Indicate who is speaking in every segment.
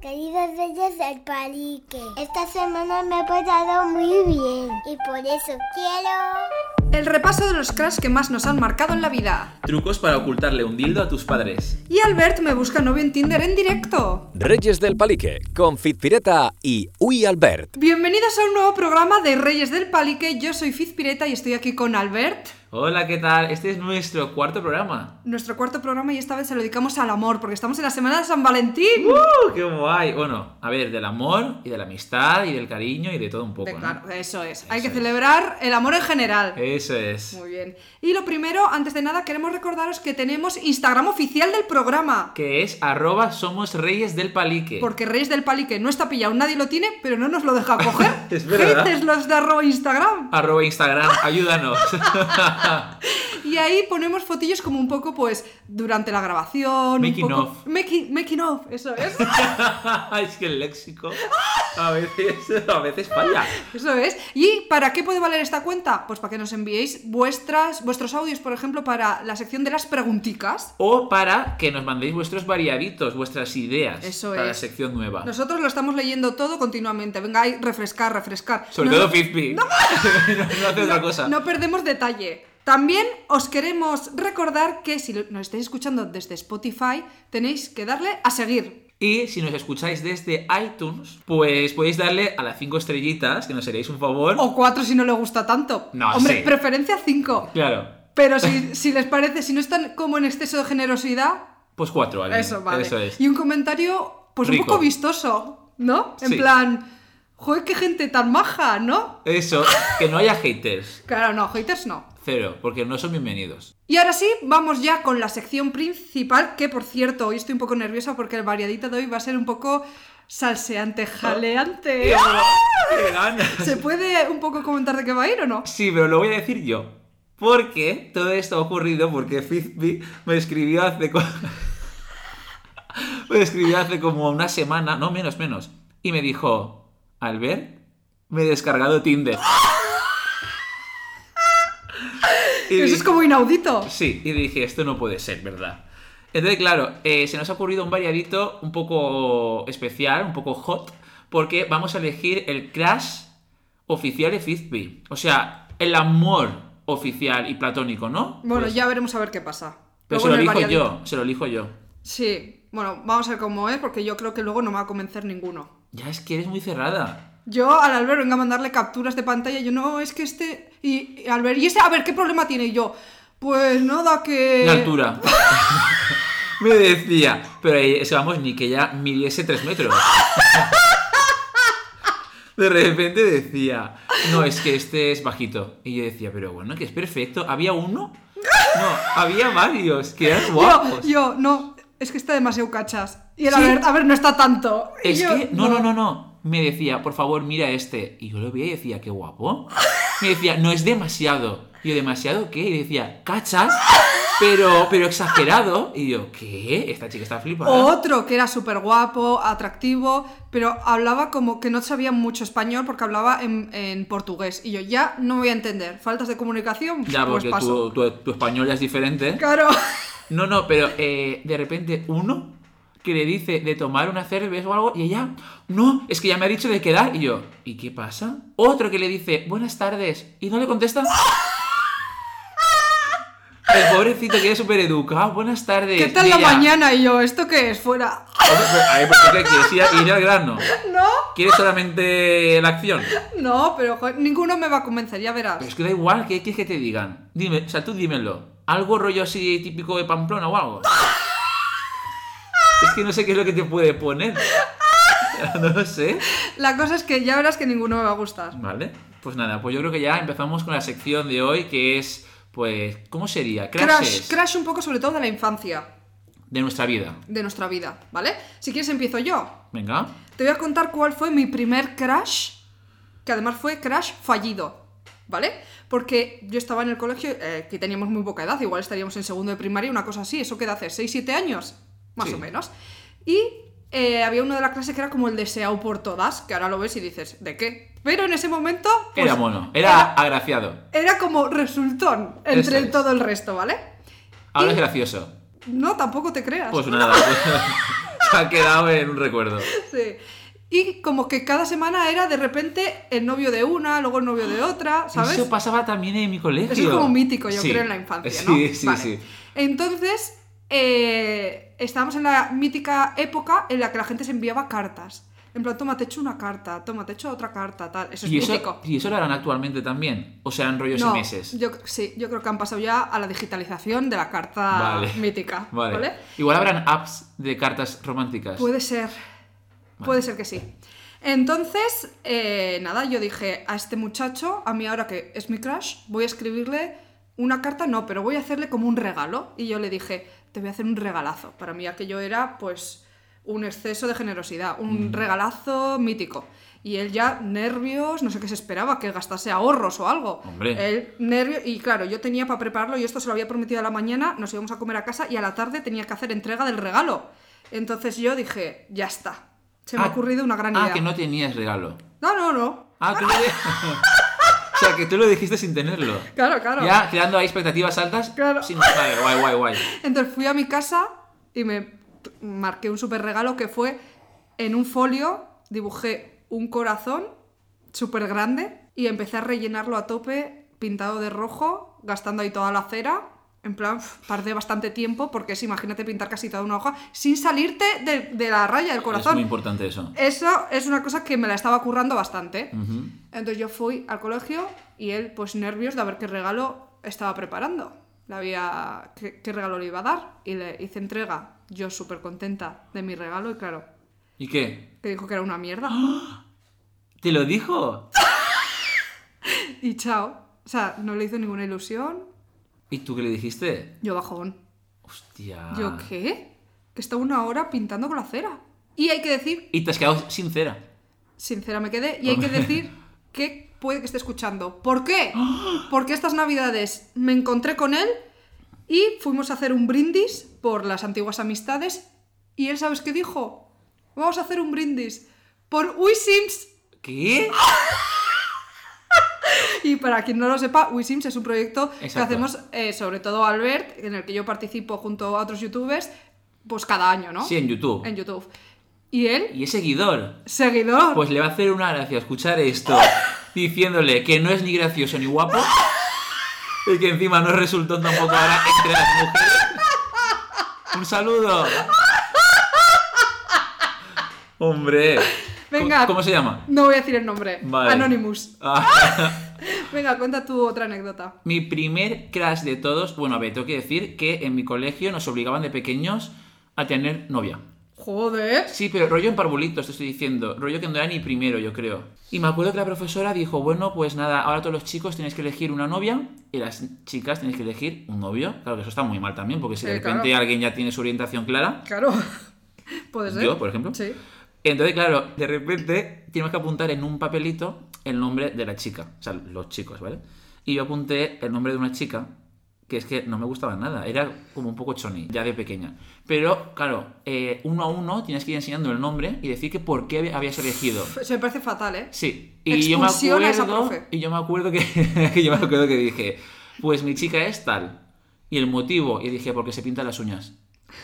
Speaker 1: Queridos Reyes del Palique, esta semana me ha pasado muy bien y por eso quiero...
Speaker 2: El repaso de los cracks que más nos han marcado en la vida.
Speaker 3: Trucos para ocultarle un dildo a tus padres.
Speaker 2: Y Albert me busca novio en Tinder en directo.
Speaker 4: Reyes del Palique, con Fitpireta y Uy Albert.
Speaker 2: Bienvenidos a un nuevo programa de Reyes del Palique. Yo soy Fiz Pireta y estoy aquí con Albert.
Speaker 3: Hola, ¿qué tal? Este es nuestro cuarto programa.
Speaker 2: Nuestro cuarto programa y esta vez se lo dedicamos al amor, porque estamos en la semana de San Valentín.
Speaker 3: ¡Uh! ¡Qué guay! Bueno, a ver, del amor y de la amistad y del cariño y de todo un poco.
Speaker 2: De-
Speaker 3: ¿no?
Speaker 2: claro, eso es. Hay que
Speaker 3: es. Eh.
Speaker 2: celebrar el amor en general.
Speaker 3: Eso es.
Speaker 2: Muy bien. Y lo primero, antes de nada, queremos recordaros que tenemos Instagram oficial del programa.
Speaker 3: Que es arroba somos reyes del palique.
Speaker 2: Porque Reyes del Palique no está pillado, nadie lo tiene, pero no nos lo deja coger.
Speaker 3: Es verdad.
Speaker 2: Haters los de arroba Instagram.
Speaker 3: Arroba Instagram, ayúdanos.
Speaker 2: Y ahí ponemos fotillos como un poco, pues, durante la grabación.
Speaker 3: Making
Speaker 2: un poco...
Speaker 3: of.
Speaker 2: Making, making of, eso es.
Speaker 3: es que el léxico a veces, a veces falla.
Speaker 2: Eso es. ¿Y para qué puede valer esta cuenta? Pues para que nos enviéis vuestras, vuestros audios, por ejemplo, para la sección de las pregunticas.
Speaker 3: O para que nos mandéis vuestros variaditos, vuestras ideas
Speaker 2: Eso
Speaker 3: para la
Speaker 2: es.
Speaker 3: sección nueva.
Speaker 2: Nosotros lo estamos leyendo todo continuamente. Venga, ahí, refrescar, refrescar.
Speaker 3: Sobre
Speaker 2: No-
Speaker 3: todo Fizpi. No, no hace otra cosa.
Speaker 2: No perdemos detalle. También os queremos recordar que si lo- nos estáis escuchando desde Spotify, tenéis que darle a seguir.
Speaker 3: Y si nos escucháis desde iTunes, pues podéis darle a las 5 estrellitas, que nos seréis un favor.
Speaker 2: O cuatro si no le gusta tanto.
Speaker 3: No,
Speaker 2: Hombre,
Speaker 3: sí.
Speaker 2: preferencia cinco.
Speaker 3: Claro.
Speaker 2: Pero si, si les parece, si no están como en exceso de generosidad,
Speaker 3: Pues 4
Speaker 2: Eso, vale.
Speaker 3: Eso es.
Speaker 2: Y un comentario, pues
Speaker 3: Rico.
Speaker 2: un poco vistoso, ¿no? En
Speaker 3: Sí.
Speaker 2: plan, joder, qué gente tan maja, ¿no?
Speaker 3: Eso, que no haya haters.
Speaker 2: Claro, no, haters no.
Speaker 3: Cero, porque no son bienvenidos.
Speaker 2: Y ahora sí, vamos ya con la sección principal, que por cierto, hoy estoy un poco nerviosa porque el variadito de hoy va a ser un poco salseante,
Speaker 3: Ah.
Speaker 2: jaleante.
Speaker 3: ¡Qué ganas!
Speaker 2: ¿Se puede un poco comentar de qué va a ir o no?
Speaker 3: Sí, pero lo voy a decir yo. Porque todo esto ha ocurrido porque Fizby me escribió hace co- me escribió hace como una semana, no menos, menos, y me dijo, Albert, me he descargado Tinder. Y
Speaker 2: Eso es
Speaker 3: dije-
Speaker 2: como inaudito.
Speaker 3: Sí, y dije, esto no puede ser, ¿verdad? Entonces, claro, eh, se nos ha ocurrido un variadito un poco especial, un poco hot, porque vamos a elegir el crash oficial de Fizby. O sea, el amor oficial y platónico, ¿no?
Speaker 2: Bueno,
Speaker 3: Pues-
Speaker 2: ya veremos a ver qué pasa. Luego
Speaker 3: Pero se
Speaker 2: en
Speaker 3: lo
Speaker 2: el
Speaker 3: elijo
Speaker 2: variadito.
Speaker 3: yo, se lo elijo yo.
Speaker 2: Sí, bueno, vamos a ver cómo es, porque yo creo que luego no me va a convencer ninguno.
Speaker 3: Ya es que eres muy cerrada.
Speaker 2: Yo al Albert vengo a mandarle capturas de pantalla. Yo no, es que este. Y, y Albert, ¿y este? A ver, ¿qué problema tiene? Y yo, pues nada, que.
Speaker 3: La altura. me decía, pero eso vamos, ni que ya midiese tres metros. De repente decía, no, es que este es bajito. Y yo decía, pero bueno, que es perfecto. ¿Había uno? No, había varios, que eran
Speaker 2: Yo,
Speaker 3: guapos.
Speaker 2: yo, no, es que está demasiado cachas. Y el
Speaker 3: Sí.
Speaker 2: Albert, a ver, no está tanto. Y
Speaker 3: Es
Speaker 2: yo,
Speaker 3: que, no, no, no, no. Me decía, por favor, mira este. Y yo lo veía y decía, qué guapo. Me decía, no es demasiado. Y yo, ¿demasiado qué? Y decía, cachas, pero, pero exagerado. Y yo, ¿qué? Esta chica está flipada.
Speaker 2: O Otro que era súper guapo, atractivo, pero hablaba como que no sabía mucho español porque hablaba en, en portugués. Y yo ya no voy a entender. Faltas de comunicación,
Speaker 3: Ya,
Speaker 2: pues
Speaker 3: porque
Speaker 2: paso.
Speaker 3: tu, tu- tu español ya es diferente.
Speaker 2: Claro.
Speaker 3: No, no, pero eh, de repente uno que le dice de tomar una cerveza o algo y ella, no, es que ya me ha dicho de quedar. Y yo, ¿y qué pasa? Otro que le dice, buenas tardes, y no le contesta. El pobrecito que es súper educado, buenas tardes.
Speaker 2: ¿Qué tal la
Speaker 3: mira".
Speaker 2: mañana? Y yo, ¿esto qué es? Fuera.
Speaker 3: Hombre, pero, A ver, ¿por qué quieres ir, a- ir al grano?
Speaker 2: ¿No?
Speaker 3: ¿Quieres solamente la acción?
Speaker 2: No, pero joder, ninguno me va a convencer, ya verás.
Speaker 3: Pero es que da igual, ¿qué quieres que te digan? Dime, o sea, tú dímelo. Algo rollo así típico de Pamplona o algo. es que no sé qué es lo que te puede poner. no lo sé.
Speaker 2: La cosa es que ya verás que ninguno me va a gustar.
Speaker 3: Vale. Pues nada, pues yo creo que ya empezamos con la sección de hoy que es, pues, ¿cómo sería? Crashes
Speaker 2: Crash, crash un poco sobre todo de la infancia,
Speaker 3: de nuestra vida.
Speaker 2: de nuestra vida, ¿vale? Si quieres empiezo yo.
Speaker 3: Venga.
Speaker 2: Te voy a contar cuál fue mi primer crash, que además fue crash fallido, ¿vale? Porque yo estaba en el colegio, eh, que teníamos muy poca edad, igual estaríamos en segundo de primaria, una cosa así, ¿eso qué edad es? ¿6, 7 años? Más
Speaker 3: Sí.
Speaker 2: o menos. Y eh, había uno de la clase que era como el deseado por todas, que ahora lo ves y dices, ¿de qué? Pero en ese momento... pues,
Speaker 3: Era mono, era agraciado.
Speaker 2: era como resultón entre
Speaker 3: Eso es.
Speaker 2: todo el resto, ¿vale?
Speaker 3: Ahora
Speaker 2: Y-
Speaker 3: es gracioso.
Speaker 2: No, tampoco te creas.
Speaker 3: Pues nada. pues- se ha quedado en un recuerdo.
Speaker 2: Sí. Y como que cada semana era de repente el novio de una, luego el novio
Speaker 3: Ah,
Speaker 2: de otra, ¿sabes?
Speaker 3: Eso pasaba también en mi colegio.
Speaker 2: Eso es como mítico, yo
Speaker 3: Sí.
Speaker 2: creo, en la infancia,
Speaker 3: Sí,
Speaker 2: ¿no?
Speaker 3: sí,
Speaker 2: Vale.
Speaker 3: sí.
Speaker 2: Entonces, eh, estábamos en la mítica época en la que la gente se enviaba cartas. En plan, toma, te echo una carta, toma, te echo otra carta, tal. Eso es
Speaker 3: Y eso,
Speaker 2: mítico.
Speaker 3: y eso lo harán actualmente también. O sea, en rollos
Speaker 2: No,
Speaker 3: meses.
Speaker 2: Yo, sí, yo creo que han pasado ya a la digitalización de la carta
Speaker 3: Vale.
Speaker 2: mítica.
Speaker 3: Vale.
Speaker 2: ¿vale?
Speaker 3: Igual habrán apps de cartas románticas.
Speaker 2: Puede ser. Puede ser que sí. Entonces, eh, nada, yo dije a este muchacho, a mí ahora que es mi crush, voy a escribirle una carta, no, pero voy a hacerle como un regalo. Y yo le dije, te voy a hacer un regalazo. Para mí aquello era, pues, un exceso de generosidad, un regalazo mítico. Y él ya, nervios, no sé qué se esperaba, que gastase ahorros o algo.
Speaker 3: Hombre.
Speaker 2: Él, nervio, y claro, yo tenía para prepararlo, y esto se lo había prometido a la mañana, nos íbamos a comer a casa, y a la tarde tenía que hacer entrega del regalo. Entonces yo dije, ya está. Se me
Speaker 3: Ah,
Speaker 2: ha ocurrido una gran
Speaker 3: ah,
Speaker 2: idea.
Speaker 3: que no tenías regalo.
Speaker 2: no, no, no.
Speaker 3: Ah, que no te- O sea, que tú lo dijiste sin tenerlo.
Speaker 2: Claro, claro.
Speaker 3: Ya creando ahí expectativas altas.
Speaker 2: Claro.
Speaker 3: Sin... Vale, guay, guay, guay.
Speaker 2: Entonces fui a mi casa y me t- marqué un super regalo que fue en un folio dibujé un corazón súper grande y empecé a rellenarlo a tope pintado de rojo, gastando ahí toda la cera. En plan, pf, tardé bastante tiempo porque es, imagínate pintar casi toda una hoja sin salirte de, de la raya del
Speaker 3: Es
Speaker 2: corazón.
Speaker 3: muy importante eso.
Speaker 2: Eso es una cosa que me la estaba currando bastante.
Speaker 3: Ujú.
Speaker 2: Entonces yo fui al colegio y él, pues nervios de a ver qué regalo estaba preparando. Le había... qué, qué regalo le iba a dar. Y le hice entrega. Yo súper contenta de mi regalo y claro,
Speaker 3: ¿Y qué?
Speaker 2: que dijo que era una mierda.
Speaker 3: ¿Te lo dijo?
Speaker 2: Y chao. O sea, no le hizo ninguna ilusión.
Speaker 3: ¿Y tú qué le dijiste?
Speaker 2: Yo bajón.
Speaker 3: Hostia.
Speaker 2: Yo, ¿qué? Que estaba una hora pintando con la cera. Y hay que decir
Speaker 3: Y te has quedado sincera.
Speaker 2: sincera me quedé, y hay que decir que puede que esté escuchando. ¿Por qué?
Speaker 3: ¡Ah!
Speaker 2: Porque estas navidades me encontré con él y fuimos a hacer un brindis por las antiguas amistades y él, ¿sabes qué dijo? Vamos a hacer un brindis por WeSims.
Speaker 3: ¿Qué?
Speaker 2: Y para quien no lo sepa, WeSims es un proyecto que
Speaker 3: Exacto.
Speaker 2: hacemos, eh, sobre todo Albert, en el que yo participo junto a otros youtubers, pues cada año, ¿no?
Speaker 3: Sí, en YouTube.
Speaker 2: En YouTube. Y él,
Speaker 3: Y es seguidor.
Speaker 2: seguidor.
Speaker 3: Pues le va a hacer una gracia escuchar esto diciéndole que no es ni gracioso ni guapo y que encima no resultó tampoco ahora entre las mujeres. Un saludo. Hombre.
Speaker 2: Venga.
Speaker 3: ¿Cómo, cómo se llama?
Speaker 2: No voy a decir el nombre.
Speaker 3: Vale.
Speaker 2: Anonymous.
Speaker 3: Ah.
Speaker 2: Venga, cuenta tu otra anécdota.
Speaker 3: Mi primer crash de todos, bueno, a ver, tengo que decir que en mi colegio nos obligaban de pequeños a tener novia.
Speaker 2: Joder.
Speaker 3: Sí, pero rollo en parvulitos, te estoy diciendo. Rollo que no era ni primero, yo creo. Y me acuerdo que la profesora dijo, bueno, pues nada, ahora todos los chicos tenéis que elegir una novia y las chicas tenéis que elegir un novio. Claro que eso está muy mal también, porque si de
Speaker 2: Sí, claro.
Speaker 3: repente alguien ya tiene su orientación clara,
Speaker 2: Claro. Puede ser.
Speaker 3: yo, por ejemplo.
Speaker 2: Sí.
Speaker 3: Entonces, claro, de repente tenemos que apuntar en un papelito el nombre de la chica, o sea, los chicos, ¿vale? Y yo apunté el nombre de una chica que es que no me gustaba nada, era como un poco choni, ya de pequeña. Pero, claro, eh, uno a uno tienes que ir enseñando el nombre y decir que por qué habías elegido.
Speaker 2: Se me parece fatal, ¿eh?
Speaker 3: Sí, y yo me
Speaker 2: Expulsión a esa
Speaker 3: acuerdo,
Speaker 2: profe.
Speaker 3: y yo me acuerdo que, que yo me acuerdo que dije, pues mi chica es tal. Y el motivo, y dije, porque se pinta las uñas.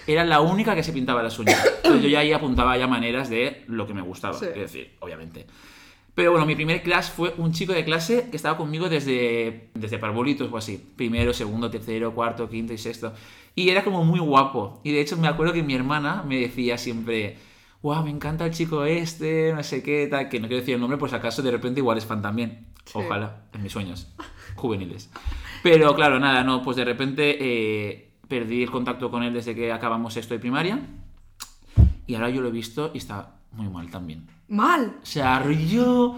Speaker 3: Era la única que se pintaba las uñas. Entonces yo ya ahí apuntaba ya maneras de lo que me gustaba,
Speaker 2: Sí.
Speaker 3: es decir, obviamente. Pero bueno, mi primer clase fue un chico de clase que estaba conmigo desde, desde parvolitos o así. Primero, segundo, tercero, cuarto, quinto y sexto. Y era como muy guapo. Y de hecho me acuerdo que mi hermana me decía siempre, wow, me encanta el chico este, no sé qué, tal, que no quiero decir el nombre, pues acaso de repente igual es fan también. Ojalá, en mis sueños juveniles. Pero claro, nada, no, pues de repente eh, perdí el contacto con él desde que acabamos esto de primaria. Y ahora yo lo he visto y está muy mal también.
Speaker 2: Mal.
Speaker 3: O sea, rollo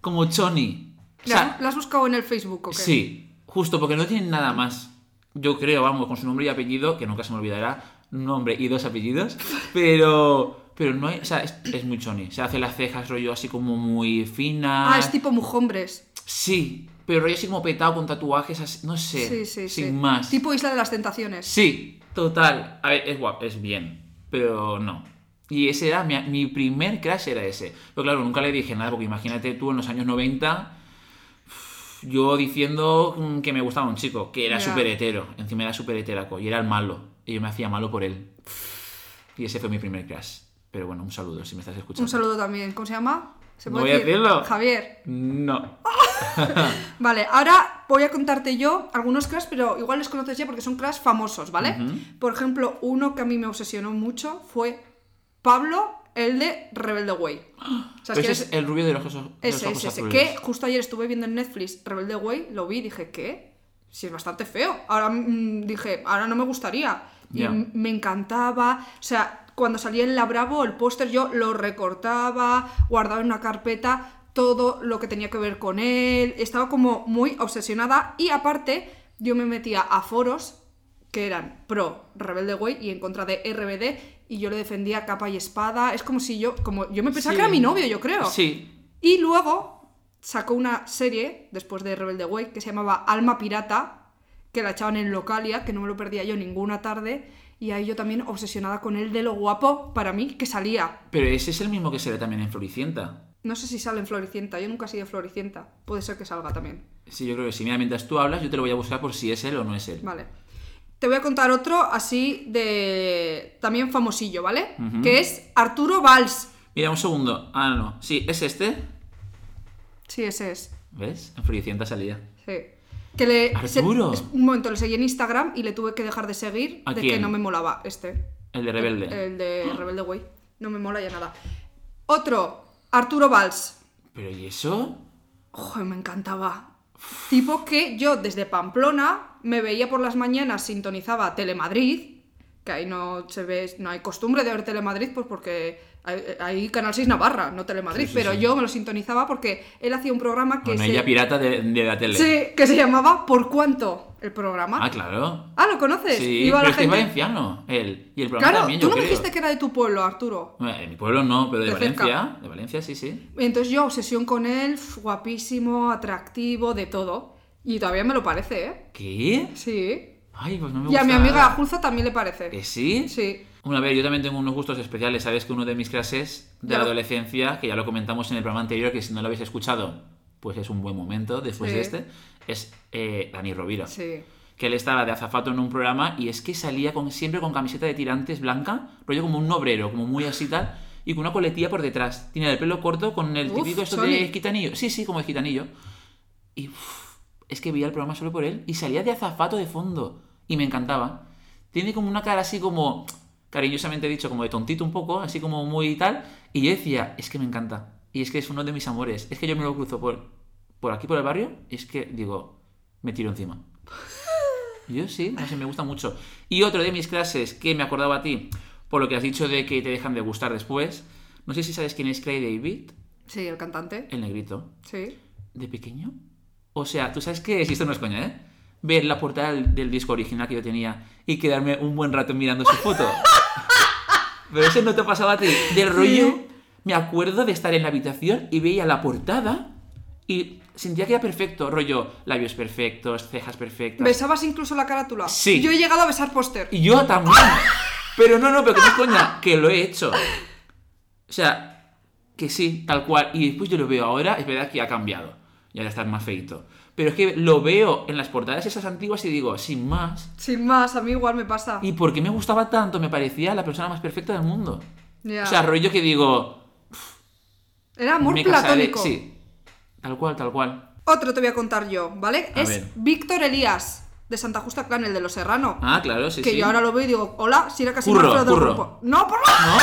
Speaker 3: como Choni. O
Speaker 2: ¿La,
Speaker 3: sea,
Speaker 2: la has buscado en el Facebook o qué?
Speaker 3: sí, justo porque no tienen nada más. Yo creo, vamos, con su nombre y apellido, que nunca se me olvidará, nombre y dos apellidos, pero pero no hay, o sea, es, es muy Choni. Se hace las cejas rollo así como muy finas.
Speaker 2: Ah, es tipo mujombres.
Speaker 3: Sí, pero rollo así como petado con tatuajes, así, no sé,
Speaker 2: Sí, sí, sí.
Speaker 3: sin más.
Speaker 2: Tipo Isla de las Tentaciones.
Speaker 3: Sí, total. A ver, es guapo, es bien, pero no. Y ese era mi, mi primer crash, era ese. Pero claro, nunca le dije nada, porque imagínate tú en los años 90, uf, yo diciendo mm, que me gustaba un chico, que era
Speaker 2: Ya.
Speaker 3: súper hetero, encima era súper heteraco, y era el malo, y yo me hacía malo por él. Y ese fue mi primer crash. Pero bueno, un saludo si me estás escuchando.
Speaker 2: Un saludo también. ¿Cómo se llama? ¿Se
Speaker 3: No voy a decirlo.
Speaker 2: Javier.
Speaker 3: No.
Speaker 2: Vale, ahora voy a contarte yo algunos crash, pero igual los conoces ya porque son crash famosos, ¿vale? Por ejemplo, uno que a mí me obsesionó mucho fue Pablo, el de Rebelde Way.
Speaker 3: Pero ese es el rubio de los ojos, de los
Speaker 2: Ese,
Speaker 3: ojos
Speaker 2: ese, ese.
Speaker 3: azules.
Speaker 2: Que justo ayer estuve viendo en Netflix Rebelde Way, lo vi y dije, ¿qué? Si es bastante feo. Ahora mm, dije, ahora no me gustaría. Y
Speaker 3: Ya.
Speaker 2: m- me encantaba. O sea, cuando salía en la Bravo, el póster yo lo recortaba, guardaba en una carpeta todo lo que tenía que ver con él. Estaba como muy obsesionada. Y aparte, yo me metía a foros que eran pro Rebelde Way y en contra de RBD. Y yo le defendía a capa y espada. Es como si yo. Como, yo me pensaba
Speaker 3: Sí.
Speaker 2: que era mi novio, yo creo.
Speaker 3: Sí.
Speaker 2: Y luego sacó una serie, después de Rebelde Way, que se llamaba Alma Pirata, que la echaban en Localia, que no me lo perdía yo ninguna tarde. Y ahí yo también obsesionada con él de lo guapo para mí que salía.
Speaker 3: Pero ese es el mismo que se ve también en Floricienta.
Speaker 2: No sé si sale en Floricienta, yo nunca he sido Floricienta. Puede ser que salga también.
Speaker 3: Sí, yo creo que sí. Mira, mientras tú hablas, yo te lo voy a buscar por si es él o no es él.
Speaker 2: Vale. Te voy a contar otro así de. también famosillo, ¿vale? Que es Arturo Valls.
Speaker 3: Mira, un segundo. Ah, no, no. Sí, es este.
Speaker 2: Sí, ese es.
Speaker 3: ¿Ves? En Floricienta salía.
Speaker 2: Sí. Que le. se-
Speaker 3: Arturo.
Speaker 2: un momento, le seguí en Instagram y le tuve que dejar de seguir
Speaker 3: ¿A
Speaker 2: de que
Speaker 3: quién?
Speaker 2: no me molaba este.
Speaker 3: El de Rebelde.
Speaker 2: El de Rebelde Way. No me mola ya nada. Otro, Arturo Valls.
Speaker 3: ¿Pero y eso?
Speaker 2: Joder, me encantaba. Tipo que yo desde Pamplona me veía por las mañanas, sintonizaba Telemadrid, que ahí no se ve, no hay costumbre de ver Telemadrid, pues porque hay, hay Canal 6 Navarra, no Telemadrid,
Speaker 3: Sí, sí,
Speaker 2: pero
Speaker 3: sí.
Speaker 2: yo me lo sintonizaba porque él hacía un programa que,
Speaker 3: Bueno,
Speaker 2: se,
Speaker 3: ella pirata de, de la tele.
Speaker 2: Sí, que se llamaba ¿Por cuánto? El programa.
Speaker 3: Ah, claro.
Speaker 2: Ah, ¿lo conoces?
Speaker 3: Sí,
Speaker 2: Iba
Speaker 3: pero
Speaker 2: la
Speaker 3: es que es
Speaker 2: gente-
Speaker 3: valenciano, él. Y el programa
Speaker 2: Claro,
Speaker 3: también,
Speaker 2: tú
Speaker 3: yo
Speaker 2: no me
Speaker 3: creo.
Speaker 2: dijiste que era de tu pueblo, Arturo.
Speaker 3: Bueno, En mi pueblo no, pero de,
Speaker 2: De cerca.
Speaker 3: Valencia. De Valencia, sí, sí.
Speaker 2: Entonces yo, obsesión con él, f- guapísimo, atractivo, de todo. Y todavía me lo parece, ¿eh?
Speaker 3: ¿Qué?
Speaker 2: Sí.
Speaker 3: Ay, pues no me
Speaker 2: Y
Speaker 3: gusta.
Speaker 2: a mi amiga
Speaker 3: nada.
Speaker 2: Julza también le
Speaker 3: ¿Que
Speaker 2: parece.
Speaker 3: sí?
Speaker 2: Sí.
Speaker 3: Bueno, a ver, yo también tengo unos gustos especiales. Sabes que uno de mis clases de
Speaker 2: Ya
Speaker 3: la
Speaker 2: lo-
Speaker 3: adolescencia, que ya lo comentamos en el programa anterior, que si no lo habéis escuchado, pues es un buen momento después
Speaker 2: Sí.
Speaker 3: de este, es eh, Dani Rovira.
Speaker 2: Sí.
Speaker 3: Que él estaba de azafato en un programa y es que salía con, siempre con camiseta de tirantes blanca, rollo como un obrero, como muy así tal, y con una coletilla por detrás. Tiene el pelo corto con el
Speaker 2: Uf,
Speaker 3: típico esto
Speaker 2: Sony.
Speaker 3: de gitanillo. Sí, sí, como de gitanillo. Y uf, es que veía el programa solo por él y salía de azafato de fondo y me encantaba. Tiene como una cara así como, cariñosamente dicho, como de tontito un poco, así como muy tal. Y yo decía, es que me encanta. Y es que es uno de mis amores. Es que yo me lo cruzo por, por aquí, por el barrio. Y es que, digo, me tiro encima. Yo sí, no sé, me gusta mucho. Y otro de mis clases que me acordaba a ti, por lo que has dicho de que te dejan de gustar después. No sé si sabes quién es Clay David,
Speaker 2: Sí, el cantante.
Speaker 3: el negrito
Speaker 2: Sí.
Speaker 3: de pequeño. O sea, tú sabes que si esto no es coña, ¿eh? Ver la portada del, del disco original que yo tenía y quedarme un buen rato mirando su foto. Pero eso no te ha pasado a ti. Del rollo, me acuerdo de estar en la habitación y veía la portada y sentía que era perfecto. Rollo, labios perfectos, cejas perfectas.
Speaker 2: ¿Besabas incluso la carátula?
Speaker 3: Sí.
Speaker 2: Yo he llegado a besar póster.
Speaker 3: Y yo también. Pero no, no, pero que no es coña, que lo he hecho. O sea, que sí, tal cual. Y después yo lo veo ahora, es verdad que ha cambiado. Y ahora está más feito. Pero es que lo veo en las portadas esas antiguas y digo, sin más.
Speaker 2: Sin más, a mí igual me pasa.
Speaker 3: ¿Y por qué me gustaba tanto? Me parecía la persona más perfecta del mundo.
Speaker 2: Ya.
Speaker 3: O sea, rollo que digo,
Speaker 2: Era amor
Speaker 3: me casaré.
Speaker 2: platónico.
Speaker 3: Sí, tal cual, tal cual.
Speaker 2: Otro te voy a contar yo, ¿vale?
Speaker 3: A
Speaker 2: es
Speaker 3: ver.
Speaker 2: Víctor Elías, de Santa Justa Clan, el de los Serrano.
Speaker 3: Ah, claro, sí,
Speaker 2: que
Speaker 3: sí.
Speaker 2: yo ahora lo veo y digo, hola, si era casi
Speaker 3: Curro,
Speaker 2: más feo del
Speaker 3: curro.
Speaker 2: grupo. No, por favor.
Speaker 3: ¿No?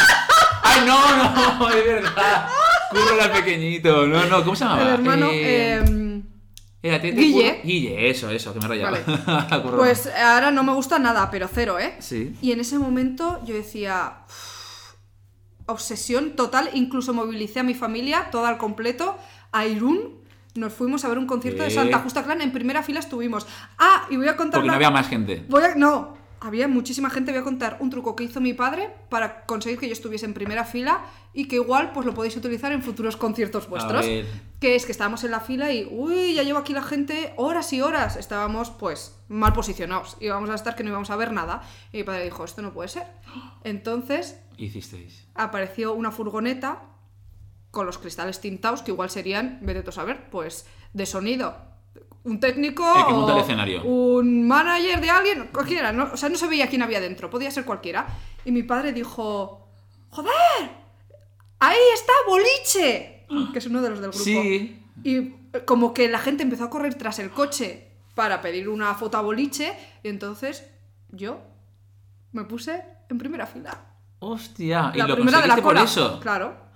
Speaker 3: ¡Ay, no, no! Es verdad. Curro era pequeñito. No, no, ¿cómo se llamaba?
Speaker 2: El hermano.
Speaker 3: Eh,
Speaker 2: em,
Speaker 3: Era Tete
Speaker 2: Guille.
Speaker 3: Curro- Guille, eso, eso, que me rayaba.
Speaker 2: Vale.
Speaker 3: Curro.
Speaker 2: pues ahora no me gusta nada, pero cero, ¿eh?
Speaker 3: Sí.
Speaker 2: Y en ese momento yo decía. "Uf, Obsesión total, incluso movilicé a mi familia, toda al completo, a Irún. Nos fuimos a ver un concierto de
Speaker 3: Eh.
Speaker 2: Santa Justa Clan, en primera fila estuvimos. Ah, y voy a contar
Speaker 3: Porque no
Speaker 2: una-
Speaker 3: había más gente.
Speaker 2: Voy a- no, había muchísima gente. Voy a contar un truco que hizo mi padre para conseguir que yo estuviese en primera fila y que igual pues lo podéis utilizar en futuros conciertos vuestros.
Speaker 3: ver.
Speaker 2: Que es que estábamos en la fila y, uy, ya llevo aquí la gente horas y horas. Estábamos pues mal posicionados. Íbamos a estar que no íbamos a ver nada. Y mi padre dijo, esto no puede ser. Entonces
Speaker 3: Hicisteis.
Speaker 2: apareció una furgoneta con los cristales tintados, que igual serían, vete tú a saber, pues de sonido. Un técnico,
Speaker 3: El que monta el
Speaker 2: o
Speaker 3: escenario.
Speaker 2: un manager de alguien, cualquiera, ¿no? o sea, no se veía quién había dentro, podía ser cualquiera. Y mi padre dijo, ¡Joder! ¡Ahí está Boliche! Que es uno de los del grupo.
Speaker 3: Sí.
Speaker 2: Y eh, como que la gente empezó a correr tras el coche para pedir una foto a Boliche, y entonces yo me puse en primera fila.
Speaker 3: Hostia, y
Speaker 2: la
Speaker 3: lo
Speaker 2: primera de la
Speaker 3: conseguiste por
Speaker 2: cola.
Speaker 3: eso.
Speaker 2: Claro.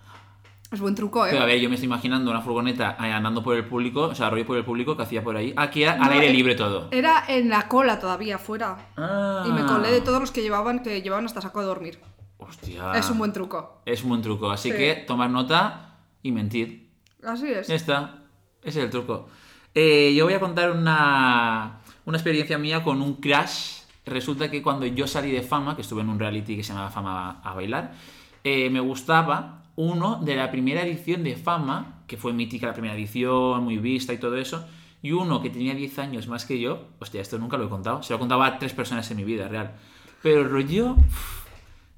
Speaker 2: Es buen truco, ¿eh?
Speaker 3: Pero a ver, yo me estoy imaginando una furgoneta eh, andando por el público, o sea, rollo por el público que hacía por ahí. Aquí era al
Speaker 2: No,
Speaker 3: aire
Speaker 2: eh,
Speaker 3: libre todo.
Speaker 2: Era en la cola todavía, fuera.
Speaker 3: Ah.
Speaker 2: Y me colé de todos los que llevaban, que llevaban hasta saco a dormir.
Speaker 3: Hostia.
Speaker 2: Es un buen truco.
Speaker 3: Es un buen truco. Así
Speaker 2: Sí.
Speaker 3: que tomar nota y mentir.
Speaker 2: Así es.
Speaker 3: Ya está. Ese es el truco. Eh, yo voy a contar una, una experiencia mía con un crash. Resulta que cuando yo salí de Fama, que estuve en un reality que se llamaba Fama a bailar, eh, me gustaba uno de la primera edición de Fama, que fue mítica la primera edición, muy vista y todo eso, y uno que tenía 10 años más que yo, hostia, esto nunca lo he contado, se lo contaba a tres personas en mi vida, real. Pero el rollo, uf,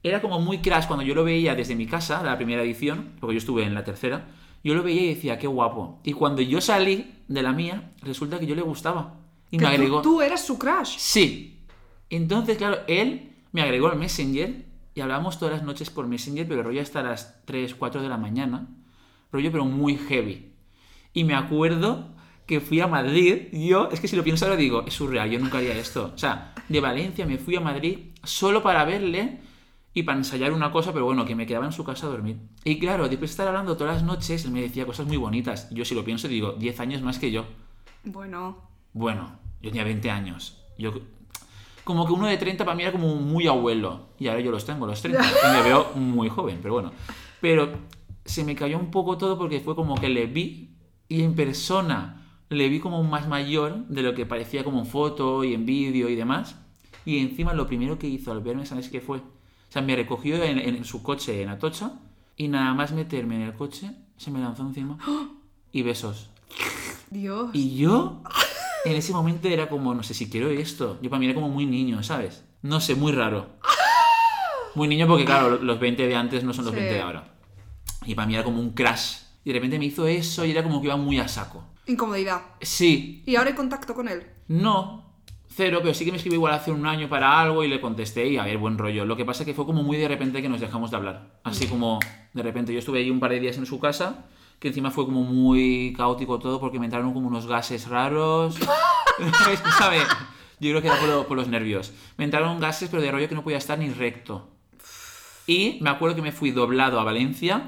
Speaker 3: era como muy crash cuando yo lo veía desde mi casa, la primera edición, porque yo estuve en la tercera, yo lo veía y decía, qué guapo. Y cuando yo salí de la mía, resulta que yo le gustaba. Y
Speaker 2: Que
Speaker 3: me
Speaker 2: tú-
Speaker 3: agregó.
Speaker 2: Tú, eras su crush.
Speaker 3: Sí. Entonces, claro, él me agregó al Messenger y hablábamos todas las noches por Messenger, pero rollo hasta las 3, 4 de la mañana. Rollo, pero muy heavy. Y me acuerdo que fui a Madrid. Yo, es que si lo pienso ahora digo, es surreal, yo nunca haría esto. O sea, de Valencia me fui a Madrid solo para verle y para ensayar una cosa, pero bueno, que me quedaba en su casa a dormir. Y claro, después de estar hablando todas las noches, él me decía cosas muy bonitas. Yo, si lo pienso, digo, 10 años más que yo.
Speaker 2: Bueno,
Speaker 3: Bueno, yo tenía 20 años. Yo, como que uno de 30 para mí era como muy abuelo. Y ahora yo los tengo, los 30. Y me veo muy joven, pero bueno. Pero se me cayó un poco todo porque fue como que le vi y en persona le vi como más mayor de lo que parecía como en foto y en vídeo y demás. Y encima lo primero que hizo al verme, ¿sabes qué fue? O sea, me recogió en, en su coche en Atocha y nada más meterme en el coche, se me lanzó encima y besos.
Speaker 2: Dios.
Speaker 3: Y yo, en ese momento era como, no sé si quiero esto. Yo para mí era como muy niño, ¿sabes? No sé, muy raro. Muy niño porque, claro, los 20 de antes no son los
Speaker 2: Sí.
Speaker 3: 20 de ahora. Y para mí era como un crash. Y de repente me hizo eso y era como que iba muy a saco.
Speaker 2: Incomodidad.
Speaker 3: Sí,
Speaker 2: Y ahora hay contacto con él.
Speaker 3: no, cero, pero sí que me escribió igual hace un año para algo y le contesté y a ver, buen rollo. Lo que pasa que fue como muy de repente que nos dejamos de hablar. Así como de repente yo estuve ahí un par de días en su casa, que encima fue como muy caótico todo porque me entraron como unos gases raros. Es que, ¿Sabe? Yo creo que era por, lo- por los nervios. Me entraron gases, pero de rollo que no podía estar ni recto. Y me acuerdo que me fui doblado a Valencia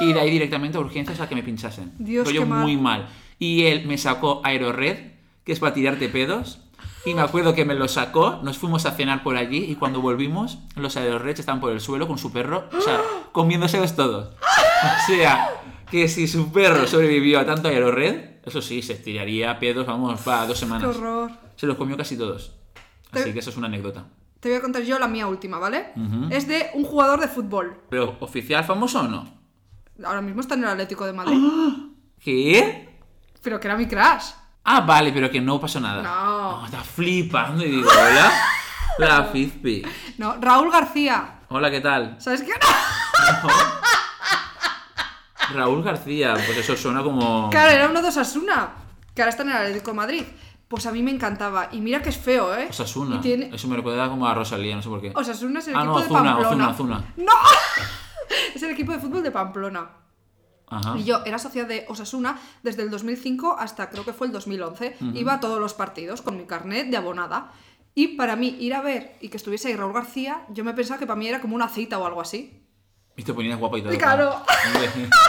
Speaker 3: y de ahí directamente a urgencias a que me pinchasen.
Speaker 2: Dios,
Speaker 3: Rollo
Speaker 2: qué mal.
Speaker 3: muy mal. Y él me sacó Aerored, que es para tirarte pedos. Y me acuerdo que me lo sacó, nos fuimos a cenar por allí y cuando volvimos, los Aeroreds estaban por el suelo con su perro, o sea, comiéndoselos todos. O sea, que si su perro sobrevivió a tanto Aerored, eso sí, se tiraría pedos, vamos, para dos
Speaker 2: Qué
Speaker 3: semanas.
Speaker 2: horror.
Speaker 3: Se los comió casi todos. Así
Speaker 2: Te-
Speaker 3: que eso es una anécdota.
Speaker 2: Te voy a contar yo la mía última, ¿vale? Es de un jugador de fútbol.
Speaker 3: ¿Pero oficial famoso o no?
Speaker 2: Ahora mismo está en el Atlético de Madrid.
Speaker 3: Ah. ¿Qué?
Speaker 2: Pero que era mi crush.
Speaker 3: Ah, vale, pero que no pasó nada.
Speaker 2: No.
Speaker 3: Oh, está flipando y digo, hola. La Fizpi.
Speaker 2: No, Raúl García.
Speaker 3: Hola, ¿qué tal?
Speaker 2: ¿Sabes qué?
Speaker 3: Raúl García, pues eso suena como.
Speaker 2: Claro, era uno de Osasuna. Que ahora está en el Atlético de Madrid. Pues a mí me encantaba. Y mira que es feo, ¿eh?
Speaker 3: Osasuna.
Speaker 2: Y tiene-
Speaker 3: Eso me recuerda como a Rosalía, no sé por qué.
Speaker 2: Osasuna es el
Speaker 3: ah,
Speaker 2: equipo
Speaker 3: no,
Speaker 2: de
Speaker 3: Ozuna,
Speaker 2: Pamplona.
Speaker 3: Ozuna, Ozuna.
Speaker 2: ¡No! es el equipo de fútbol de Pamplona.
Speaker 3: Ajá.
Speaker 2: Y yo era socia de Osasuna desde el 2005 hasta creo que fue el 2011. Iba a todos los partidos con mi carnet de abonada. Y para mí ir a ver y que estuviese ahí Raúl García, yo me pensaba que para mí era como una cita o algo así.
Speaker 3: Y te ponías guapa y todo.
Speaker 2: Claro.
Speaker 3: Hombre.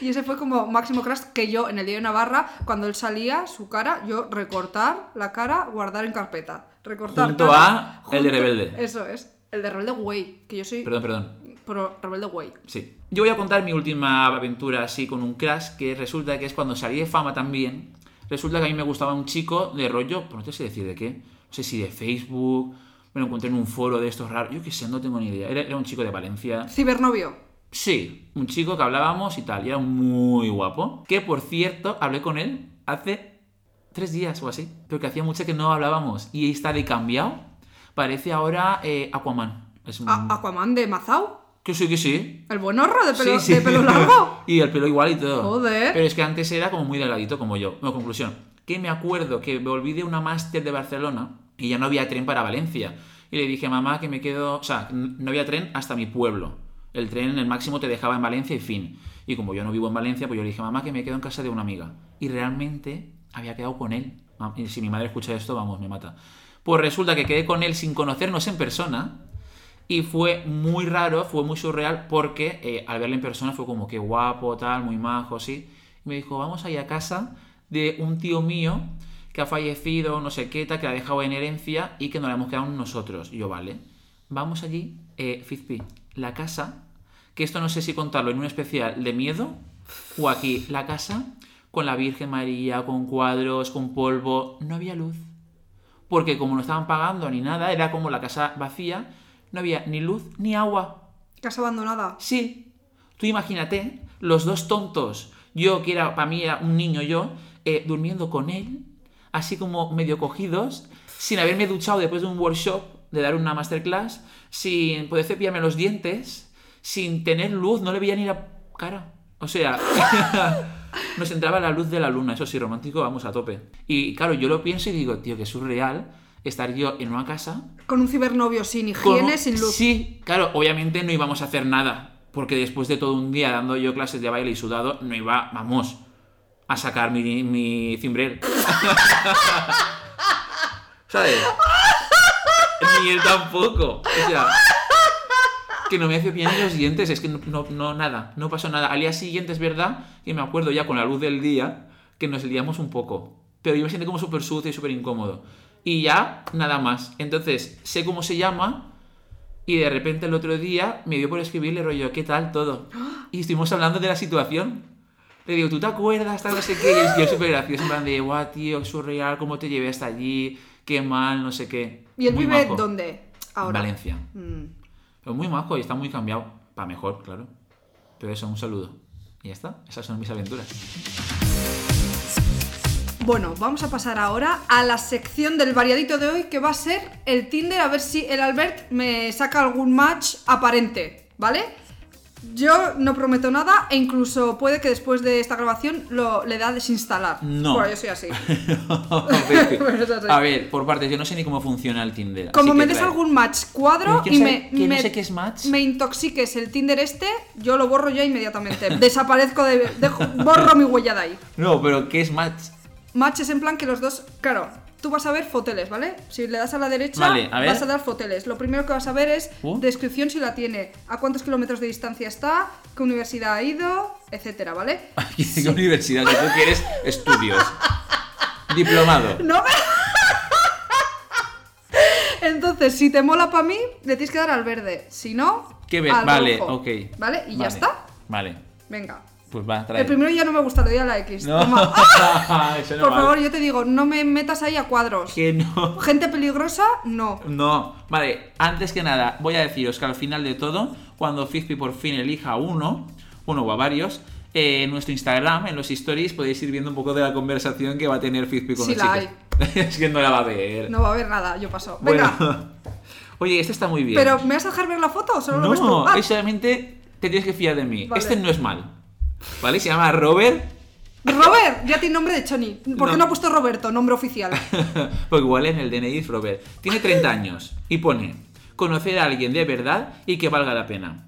Speaker 2: Y ese fue como máximo crash que yo en el día de Navarra, cuando él salía, su cara, yo recortar la cara, guardar en carpeta. Recortar
Speaker 3: Junto
Speaker 2: cara,
Speaker 3: a el de Rebelde.
Speaker 2: Eso es. El de Rebelde Way, que yo soy
Speaker 3: Perdón, perdón.
Speaker 2: pro Rebelde Way.
Speaker 3: Sí. Yo voy a contar mi última aventura así con un crash, que resulta que es cuando salí de fama también. Resulta que a mí me gustaba un chico de rollo, pues no te sé decir de qué, no sé si de Facebook, me lo encontré en un foro de estos raros, yo qué sé, no tengo ni idea. Era, era un chico de Valencia.
Speaker 2: Cibernovio.
Speaker 3: Sí, un chico que hablábamos y tal, y era muy guapo. Que por cierto, hablé con él hace tres días o así, pero que hacía mucho que no hablábamos. Y está de cambiado, parece ahora eh, Aquaman. Es un-
Speaker 2: A- Aquaman de Mazao.
Speaker 3: Que sí, que sí.
Speaker 2: El buen horro de pelo,
Speaker 3: Mm. Sí, sí.
Speaker 2: de pelo largo.
Speaker 3: y el pelo igual y todo.
Speaker 2: Joder.
Speaker 3: Pero es que antes era como muy delgadito como yo. Bueno, conclusión. Que me acuerdo que me olvidé una máster de Barcelona y ya no había tren para Valencia. Y le dije, mamá, que me quedo... O sea, n- no había tren hasta mi pueblo. El tren, el máximo, te dejaba en Valencia y fin. Y como yo no vivo en Valencia, pues yo le dije, mamá, que me quedo en casa de una amiga. Y realmente había quedado con él. Ma- y Si mi madre escucha esto, vamos, me mata. Pues resulta que quedé con él sin conocernos en persona. Y fue muy raro, fue muy surreal, porque eh, al verle en persona fue como que guapo, tal, muy majo, así. Y me dijo, vamos a ir a casa de un tío mío que ha fallecido, no sé qué, tal, que la ha dejado en herencia y que nos la hemos quedado nosotros. Y yo, vale. Vamos allí, eh, Fizpi, la casa, que esto no sé si contarlo en un especial de miedo o aquí, la casa con la Virgen María, con cuadros, con polvo, no había luz porque como no estaban pagando ni nada, era como la casa vacía, no había ni luz ni agua.
Speaker 2: Casa abandonada.
Speaker 3: Sí, tú imagínate, los dos tontos, yo que era, para mí era un niño yo, eh, durmiendo con él, así como medio cogidos, sin haberme duchado después de un workshop, de dar una masterclass, sin poder cepillarme los dientes, sin tener luz, no le veía ni la cara. O sea, nos entraba la luz de la luna, eso sí, romántico, vamos a tope. Y claro, yo lo pienso y digo, tío, que surreal estar yo en una casa
Speaker 2: Con un cibernovio sin
Speaker 3: con-
Speaker 2: higiene, sin luz.
Speaker 3: Sí, claro, obviamente no íbamos a hacer nada, porque después de todo un día dando yo clases de baile y sudado, no iba, vamos, a sacar mi, mi cimbrel. ¿Sabes? Ni él tampoco. O sea, que no me cepillan los dientes, es que no, no, no, nada, no pasó nada. Al día siguiente es verdad que me acuerdo ya con la luz del día que nos liamos un poco. Pero yo me siento como súper sucio y súper incómodo. Y ya, nada más. Entonces, sé cómo se llama y de repente el otro día me dio por escribirle rollo, ¿qué tal todo? Y estuvimos hablando de la situación. Le digo, ¿tú te acuerdas? Tal, no sé qué. Y el tío súper gracioso, en plan de, guau, tío, es surreal, cómo te llevé hasta allí, qué mal, no sé qué.
Speaker 2: ¿Y él
Speaker 3: Muy
Speaker 2: vive
Speaker 3: majo.
Speaker 2: dónde?
Speaker 3: En
Speaker 2: Ahora.
Speaker 3: Valencia.
Speaker 2: Mm.
Speaker 3: Pero muy majo y está muy cambiado. Para mejor, claro. Pero eso, un saludo. Y ya está. Esas son mis aventuras.
Speaker 2: Bueno, vamos a pasar ahora a la sección del variadito de hoy que va a ser el Tinder, a ver si el Albert me saca algún match aparente, ¿vale? Yo no prometo nada e incluso puede que después de esta grabación lo, le da a desinstalar.
Speaker 3: No.
Speaker 2: Bueno, yo soy así.
Speaker 3: a ver, por partes, yo no sé ni cómo funciona el Tinder.
Speaker 2: Como
Speaker 3: así
Speaker 2: me
Speaker 3: que
Speaker 2: des
Speaker 3: trae.
Speaker 2: algún match cuadro
Speaker 3: Pero quiero
Speaker 2: y me,
Speaker 3: saber que no
Speaker 2: me-
Speaker 3: sé qué es match.
Speaker 2: me intoxiques el Tinder este, yo lo borro ya inmediatamente. Desaparezco de... dejo- borro mi huella de ahí.
Speaker 3: No, pero ¿qué es match?
Speaker 2: Matches en plan que los dos. Claro, tú vas a ver foteles, ¿vale? Si le das a la derecha,
Speaker 3: Vale, a ver.
Speaker 2: vas a dar foteles. Lo primero que vas a ver es
Speaker 3: Uh.
Speaker 2: descripción si la tiene, a cuántos kilómetros de distancia está, qué universidad ha ido, etcétera, ¿vale?
Speaker 3: ¿Qué universidad? Si tú quieres estudios. Diplomado.
Speaker 2: ¡No me! Entonces, si te mola para mí, le tienes que dar al verde. Si no,
Speaker 3: ¿Qué ves?
Speaker 2: al
Speaker 3: Vale,
Speaker 2: rojo.
Speaker 3: ok.
Speaker 2: ¿Vale? Y ya
Speaker 3: Vale,
Speaker 2: está.
Speaker 3: Vale.
Speaker 2: Venga.
Speaker 3: Pues va, trae.
Speaker 2: El primero ya no me gusta, le doy a la X.
Speaker 3: No.
Speaker 2: Toma.
Speaker 3: Eso no
Speaker 2: Por
Speaker 3: vale.
Speaker 2: favor, yo te digo, no me metas ahí a cuadros.
Speaker 3: Que no.
Speaker 2: Gente peligrosa, no.
Speaker 3: No, vale, antes que nada, voy a deciros que al final de todo, cuando Fizpi por fin elija uno, uno o a varios, eh, en nuestro Instagram, en los stories, podéis ir viendo un poco de la conversación que va a tener Fizpi con
Speaker 2: Sí,
Speaker 3: los
Speaker 2: la
Speaker 3: chicos. es que no la va a ver.
Speaker 2: No va a haber nada, yo paso.
Speaker 3: bueno,
Speaker 2: Venga,
Speaker 3: oye, este está muy bien.
Speaker 2: pero ¿me vas a dejar ver la foto o solo lo ves tú?
Speaker 3: no,
Speaker 2: Ah,
Speaker 3: es solamente te tienes que fiar de mí.
Speaker 2: Vale.
Speaker 3: Este no es mal, ¿vale? Se llama Robert,
Speaker 2: Robert, ya tiene nombre de Choni. ¿Por qué
Speaker 3: No.
Speaker 2: no ha puesto Roberto, nombre oficial?
Speaker 3: porque igual en el DNI es Robert. Tiene 30 años y pone conocer a alguien de verdad y que valga la pena.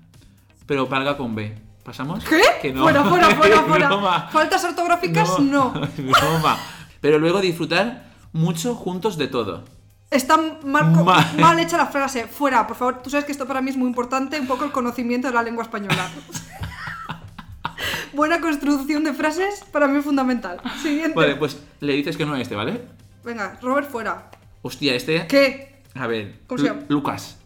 Speaker 3: Pero valga con B. ¿Pasamos?
Speaker 2: ¿Qué?
Speaker 3: Que no.
Speaker 2: Fuera, fuera, fuera, fuera.
Speaker 3: Broma.
Speaker 2: Faltas ortográficas, no.
Speaker 3: Broma. Pero luego disfrutar mucho juntos de todo.
Speaker 2: Está mal, co-
Speaker 3: Mal.
Speaker 2: mal hecha la frase. Fuera, por favor. Tú sabes que esto para mí es muy importante, un poco el conocimiento de la lengua española. Buena construcción de frases para mí es fundamental. Siguiente.
Speaker 3: Vale, pues le dices que no a este, ¿vale?
Speaker 2: Venga, Robert, fuera.
Speaker 3: Hostia, este.
Speaker 2: ¿Qué?
Speaker 3: A ver.
Speaker 2: ¿Cómo se llama?
Speaker 3: Lu- Lucas.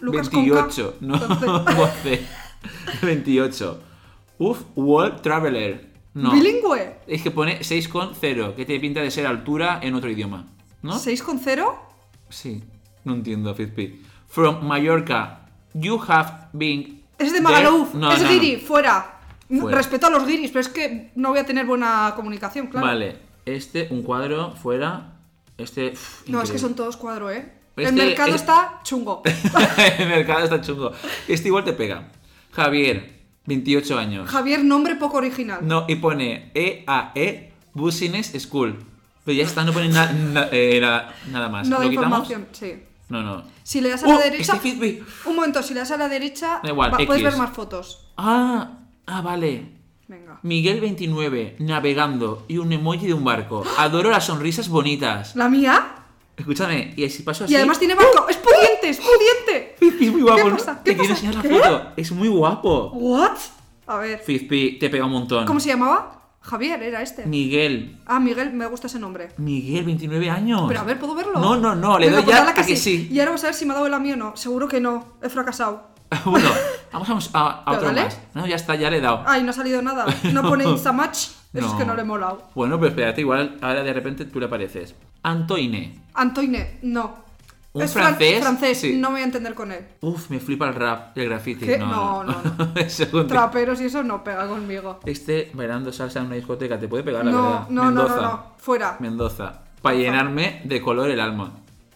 Speaker 2: Lucas con K.
Speaker 3: 28. No,
Speaker 2: Entonces-
Speaker 3: 12. 28. Uf, World Traveler. No.
Speaker 2: ¿Bilingüe?
Speaker 3: Es que pone 6,0, que tiene pinta de ser altura en otro idioma. ¿No?
Speaker 2: ¿6,0?
Speaker 3: Sí, no entiendo, Fitbit. From Mallorca, you have been.
Speaker 2: Es de
Speaker 3: there-
Speaker 2: Magaluf,
Speaker 3: No,
Speaker 2: es
Speaker 3: no, no.
Speaker 2: guiri, fuera. No,
Speaker 3: Fuera.
Speaker 2: Respeto a los guiris, pero es que no voy a tener buena comunicación, claro.
Speaker 3: Vale, este, un cuadro, fuera. Este. pff,
Speaker 2: No, es que son
Speaker 3: increíble.
Speaker 2: todos cuadro, ¿eh?
Speaker 3: Este-
Speaker 2: El mercado
Speaker 3: es-
Speaker 2: está chungo.
Speaker 3: El mercado está chungo. Este igual te pega. Javier, 28 años.
Speaker 2: Javier, nombre poco original.
Speaker 3: No, y pone E EAE Business School. Pero ya está, no pone na- na- eh, na- nada más.
Speaker 2: No da
Speaker 3: ¿Lo quitamos?
Speaker 2: información, sí.
Speaker 3: No, no.
Speaker 2: Si le das a
Speaker 3: ¡Oh!
Speaker 2: la derecha.
Speaker 3: Este Fitbit.
Speaker 2: Un momento, si le das a la derecha.
Speaker 3: Da igual,
Speaker 2: va- puedes
Speaker 3: X.
Speaker 2: ver más fotos.
Speaker 3: Ah, ah, vale.
Speaker 2: Venga.
Speaker 3: Miguel29, navegando y un emoji de un barco. Adoro las sonrisas bonitas.
Speaker 2: La mía.
Speaker 3: Escúchame, y si paso así.
Speaker 2: Y además tiene barco. ¡Es pudiente! ¡Es pudiente!
Speaker 3: Fizpi es muy guapo.
Speaker 2: ¿Qué
Speaker 3: ¿no?
Speaker 2: pasa?
Speaker 3: Te
Speaker 2: ¿Qué
Speaker 3: quiero
Speaker 2: pasa?
Speaker 3: enseñar la
Speaker 2: ¿Qué?
Speaker 3: foto. Es muy guapo.
Speaker 2: ¿What? A ver.
Speaker 3: Fizpi, te pega un montón.
Speaker 2: ¿Cómo se llamaba? Javier, era este.
Speaker 3: Miguel.
Speaker 2: Ah, Miguel, me gusta ese nombre.
Speaker 3: Miguel, 29 años.
Speaker 2: Pero a ver, ¿puedo verlo?
Speaker 3: No, no, no, le
Speaker 2: Venga,
Speaker 3: doy
Speaker 2: pues
Speaker 3: ya
Speaker 2: dale
Speaker 3: a que sí.
Speaker 2: Y ahora vamos a ver si me ha dado el mío o no. Seguro que no. He fracasado.
Speaker 3: bueno, vamos a, a- a
Speaker 2: Pero
Speaker 3: otro
Speaker 2: dale.
Speaker 3: más. No, ya está, ya le he dado.
Speaker 2: Ay, no ha salido nada. No pone Insta-match. Eso es que no le he molado.
Speaker 3: Bueno, pero espérate, igual ahora de repente tú le apareces. Antoine.
Speaker 2: Antoine, no.
Speaker 3: ¿Un
Speaker 2: fran-
Speaker 3: francés?
Speaker 2: francés,
Speaker 3: Sí.
Speaker 2: no me voy a entender con él.
Speaker 3: Uf, me flipa el rap y el graffiti.
Speaker 2: ¿Qué? No,
Speaker 3: No,
Speaker 2: no, no.
Speaker 3: Eso es un-
Speaker 2: Traperos y eso no pega conmigo.
Speaker 3: Este bailando salsa en una discoteca te puede pegar, la
Speaker 2: No,
Speaker 3: verdad.
Speaker 2: no, no, no,
Speaker 3: Mendoza.
Speaker 2: no. Fuera.
Speaker 3: Mendoza. Para llenarme de color el alma.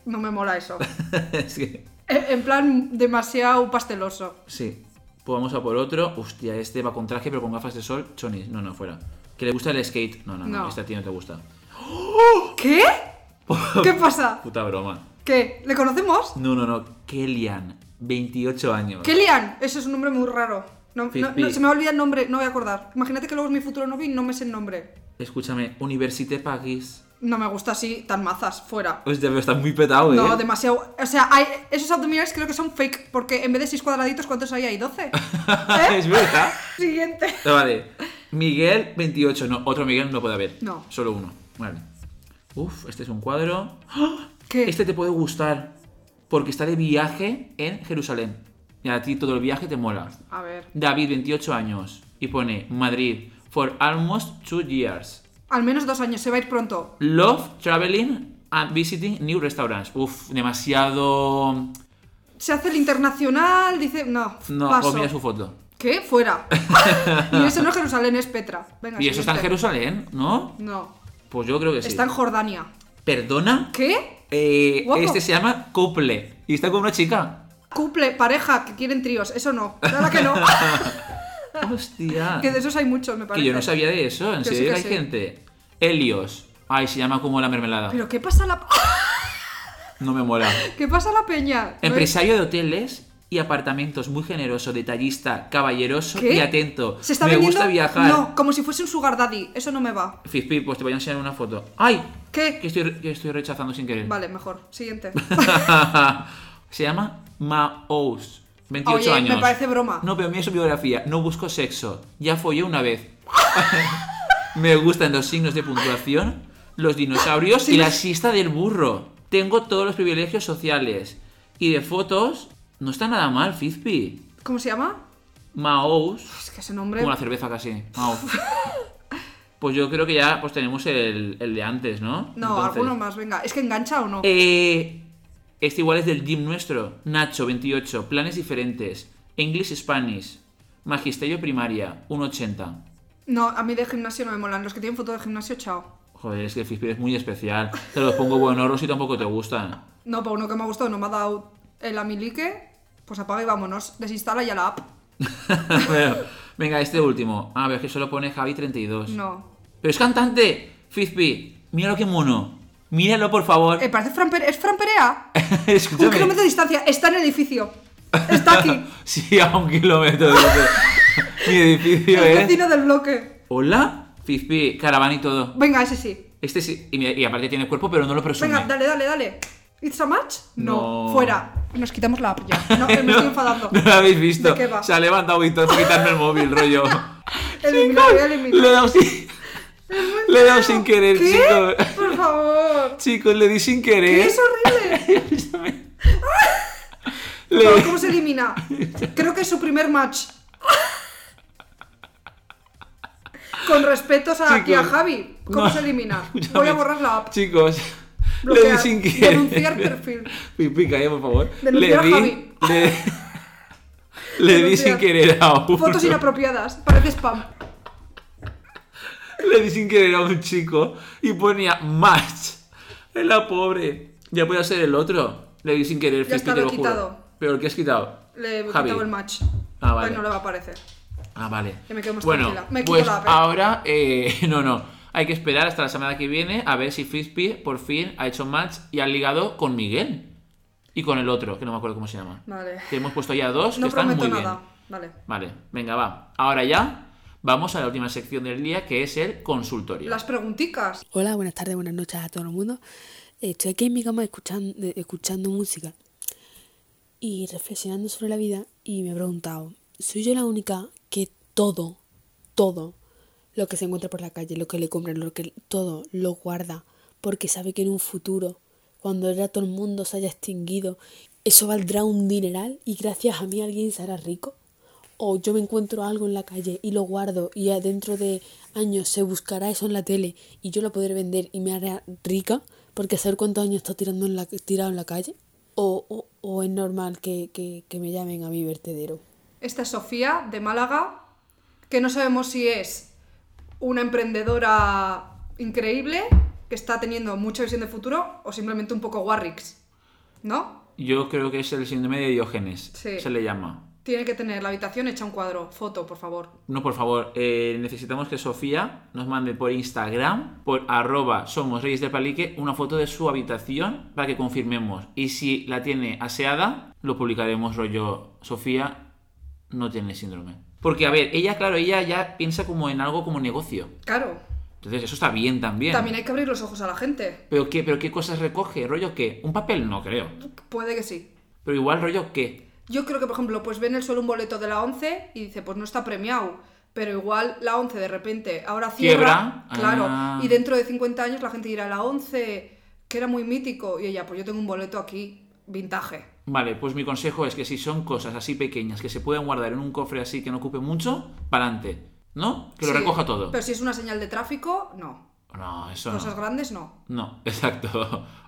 Speaker 2: No me mola eso.
Speaker 3: es que.
Speaker 2: Eh, En plan, demasiado pasteloso.
Speaker 3: Sí. Pues vamos a por otro. Hostia, este va con traje, pero con gafas de sol. Chonis. No, no, fuera. Que le gusta el skate. No, no, no.
Speaker 2: No.
Speaker 3: Este tío no te gusta.
Speaker 2: ¿Qué? ¿Qué pasa?
Speaker 3: Puta broma.
Speaker 2: ¿Qué? ¿Le conocemos?
Speaker 3: No, no, no. Kellyan. 28 años.
Speaker 2: Kellyan, ese es un nombre muy raro. No, no-
Speaker 3: Fitbit.
Speaker 2: no, se me olvida el nombre, no voy a acordar. Imagínate que luego es mi futuro novio y no me sé el nombre.
Speaker 3: Escúchame, Université Paris.
Speaker 2: No me gusta así, tan mazas, fuera.
Speaker 3: Hostia, pero está muy petado, ¿eh?
Speaker 2: No, demasiado. O sea, hay, esos abdominales creo que son fake, porque en vez de 6 cuadraditos, ¿cuántos hay ahí? ¿12? ¿Eh?
Speaker 3: es verdad.
Speaker 2: Siguiente.
Speaker 3: Vale. Miguel 28. No, otro Miguel no puede haber.
Speaker 2: No.
Speaker 3: Solo uno. Vale. Uf, este es un cuadro.
Speaker 2: ¿Qué?
Speaker 3: Este te puede gustar. Porque está de viaje en Jerusalén. Y a ti todo el viaje te mola.
Speaker 2: A ver.
Speaker 3: David, 28 años. Y pone Madrid. For almost two years.
Speaker 2: Al menos dos años, se va a ir pronto.
Speaker 3: Love traveling and visiting new restaurants. Uf, demasiado.
Speaker 2: Se hace el internacional, dice. No,
Speaker 3: No,
Speaker 2: paso.
Speaker 3: pues mira su foto.
Speaker 2: ¿Qué? Fuera. y eso no es Jerusalén, es Petra. Venga,
Speaker 3: Y eso está en
Speaker 2: siguiente.
Speaker 3: Jerusalén, ¿no?
Speaker 2: No,
Speaker 3: Pues yo creo que sí.
Speaker 2: este. está en Jordania.
Speaker 3: ¿Perdona?
Speaker 2: ¿Qué?
Speaker 3: Eh,
Speaker 2: Guapo.
Speaker 3: este se llama Couple y está con una chica.
Speaker 2: Couple, pareja, que quieren tríos. Eso no. Nada que no.
Speaker 3: Hostia.
Speaker 2: que de esos hay muchos, me parece.
Speaker 3: Que yo no sabía de eso, en
Speaker 2: Que sí,
Speaker 3: serio
Speaker 2: que
Speaker 3: hay
Speaker 2: sí.
Speaker 3: gente. Helios. Ay, se llama como la mermelada.
Speaker 2: Pero ¿qué pasa la.
Speaker 3: No me mola.
Speaker 2: ¿Qué pasa la peña? No es-
Speaker 3: Empresario de hoteles y apartamentos, muy generoso, detallista, caballeroso
Speaker 2: ¿Qué?
Speaker 3: y atento.
Speaker 2: ¿Se está
Speaker 3: me
Speaker 2: vendiendo?
Speaker 3: gusta viajar.
Speaker 2: No, como si fuese un sugar daddy. Eso no me va.
Speaker 3: Fizpi, pues te voy a enseñar una foto. ¡Ay!
Speaker 2: ¿Qué?
Speaker 3: Que estoy, que estoy rechazando sin querer.
Speaker 2: Vale, mejor. Siguiente.
Speaker 3: se llama Maous. 28
Speaker 2: Oye, me
Speaker 3: años.
Speaker 2: parece broma.
Speaker 3: No, pero mira su biografía. No busco sexo. Ya follé una vez. me gustan los signos de puntuación, los dinosaurios y la siesta del burro. Tengo todos los privilegios sociales. Y de fotos, no está nada mal, Fizpi.
Speaker 2: ¿Cómo se llama?
Speaker 3: Maous.
Speaker 2: Es que ese nombre.
Speaker 3: Como la cerveza casi. Maous. Pues yo creo que ya pues tenemos el, el de antes, ¿no?
Speaker 2: No,
Speaker 3: Entonces-
Speaker 2: alguno más, venga. ¿Es que engancha o no?
Speaker 3: eh, este igual es del gym nuestro. Nacho, 28. Planes diferentes. English Spanish. Magisterio primaria, 1,80.
Speaker 2: No, a mí de gimnasio no me molan. Los que tienen foto de gimnasio, chao.
Speaker 3: Joder, es que el Fitbit es muy especial. Te los pongo buenos y tampoco te gustan.
Speaker 2: No, por uno que me ha gustado, no me ha dado el amilique. Pues apaga y vámonos. Desinstala ya la app.
Speaker 3: Bueno, venga, este último. Ah, pero es que solo pone Javi 32.
Speaker 2: No.
Speaker 3: Pero es cantante. Fitbit, míralo que mono. Míralo, por favor.
Speaker 2: Eh, parece Fran Pere- ¿Es Fran Perea? Un
Speaker 3: Escúchame.
Speaker 2: kilómetro de distancia. Está en el edificio. Está aquí.
Speaker 3: Sí, a un kilómetro de mi edificio,
Speaker 2: el
Speaker 3: ¿eh?
Speaker 2: vecino del bloque.
Speaker 3: Hola, Fitbit, caravana y todo.
Speaker 2: Venga, ese sí.
Speaker 3: Este sí, y, mira, y aparte tiene cuerpo, pero no lo presume.
Speaker 2: Venga, dale, dale, dale. ¿It's a match? No.
Speaker 3: No.
Speaker 2: Fuera. Nos quitamos la app ya. No, eh, me estoy enfadando.
Speaker 3: No lo habéis visto.
Speaker 2: ¿De qué va?
Speaker 3: Se ha levantado Víctor para quitarme el móvil, rollo.
Speaker 2: Eliminar, voy a eliminar.
Speaker 3: Le he dado sin, le he dado sin querer, ¿Eh?
Speaker 2: ¿Qué?
Speaker 3: chicos.
Speaker 2: Por favor.
Speaker 3: Chicos, le di sin querer.
Speaker 2: Es horrible.
Speaker 3: Le-
Speaker 2: No, ¿Cómo se elimina? Creo que es su primer match. Con respetos a, y a
Speaker 3: Chicos,
Speaker 2: Javi. ¿Cómo
Speaker 3: no,
Speaker 2: se elimina?
Speaker 3: escúchame.
Speaker 2: Voy a borrar la app.
Speaker 3: Chicos, le
Speaker 2: Bloquear,
Speaker 3: di sin querer.
Speaker 2: denunciar perfil.
Speaker 3: Pipi, calla, por favor.
Speaker 2: Denunciar a
Speaker 3: le di.
Speaker 2: Javi.
Speaker 3: Le, le di sin
Speaker 2: Denunciar.
Speaker 3: querer a uno.
Speaker 2: Fotos inapropiadas. Parece spam.
Speaker 3: Le di sin querer a un chico y ponía match. Es la pobre. Ya podía ser el otro. Le di sin querer,
Speaker 2: Ya
Speaker 3: Fizpi,
Speaker 2: está,
Speaker 3: te
Speaker 2: lo
Speaker 3: lo
Speaker 2: he
Speaker 3: juro.
Speaker 2: quitado.
Speaker 3: ¿Pero qué has quitado?
Speaker 2: Le he
Speaker 3: Javi.
Speaker 2: quitado el match.
Speaker 3: Ah, vale.
Speaker 2: Pues no le va a aparecer.
Speaker 3: Ah, vale.
Speaker 2: Ya me quedo más
Speaker 3: bueno,
Speaker 2: tranquila. Me quito
Speaker 3: pues
Speaker 2: la app, ¿eh?
Speaker 3: ahora, eh, no, no. Hay que esperar hasta la semana que viene a ver si Fizpi por fin ha hecho match y ha ligado con Miguel. Y con el otro, que no me acuerdo cómo se llama.
Speaker 2: Vale.
Speaker 3: Que hemos puesto ya dos,
Speaker 2: No
Speaker 3: que están
Speaker 2: prometo
Speaker 3: muy
Speaker 2: nada.
Speaker 3: bien.
Speaker 2: Vale.
Speaker 3: Vale, venga, va. Ahora ya vamos a la última sección del día, que es el consultorio.
Speaker 2: Las pregunticas.
Speaker 5: Hola, buenas tardes, buenas noches a todo el mundo. Eh, Estoy aquí en mi cama escuchan- de- escuchando, música y reflexionando sobre la vida y me he preguntado, ¿soy yo la única que todo, todo lo que se encuentra por la calle, lo que le compran, lo que todo lo guarda porque sabe que en un futuro, cuando ya todo el mundo se haya extinguido, eso valdrá un dineral y gracias a mí alguien se hará rico? O yo me encuentro algo en la calle y lo guardo y a- dentro de años se buscará eso en la tele y yo lo podré vender y me hará rica porque saber cuántos años está tirando en la, tirado en la calle. O, o- o es normal que, que- que me llamen a mi vertedero.
Speaker 2: Esta es Sofía, de Málaga, que no sabemos si es una emprendedora increíble, que está teniendo mucha visión de futuro, o simplemente un poco Warrix. ¿No?
Speaker 3: Yo creo que es el síndrome de Diógenes,
Speaker 2: Sí.
Speaker 3: se le llama.
Speaker 2: Tiene que tener la habitación hecha un cuadro. Foto, por favor.
Speaker 3: No, por favor, eh, necesitamos que Sofía nos mande por Instagram, por arroba somos reyes del palique, una foto de su habitación para que confirmemos. Y si la tiene aseada, lo publicaremos rollo. Sofía no tiene síndrome. Porque, a ver, ella, claro, ella ya piensa como en algo como negocio.
Speaker 2: Claro.
Speaker 3: Entonces, eso está bien también.
Speaker 2: También hay que abrir los ojos a la gente.
Speaker 3: ¿Pero qué, ¿Pero qué cosas recoge? ¿Rollo qué? ¿Un papel? No creo.
Speaker 2: Puede que sí.
Speaker 3: Pero igual, ¿rollo qué?
Speaker 2: Yo creo que, por ejemplo, pues ve en el suelo un boleto de la 11 y dice, pues no está premiado. Pero igual la 11 de repente ahora cierra.
Speaker 3: Quiebra.
Speaker 2: Claro.
Speaker 3: Ah.
Speaker 2: Y dentro de 50 años la gente dirá, la 11, que era muy mítico. Y ella, pues yo tengo un boleto aquí, vintage.
Speaker 3: Vale, pues mi consejo es que si son cosas así pequeñas que se pueden guardar en un cofre así que no ocupe mucho, pa'lante. ¿No? Que lo
Speaker 2: Sí,
Speaker 3: recoja todo.
Speaker 2: Pero si es una señal de tráfico, no.
Speaker 3: No, eso
Speaker 2: Cosas
Speaker 3: no.
Speaker 2: grandes, no.
Speaker 3: No, exacto.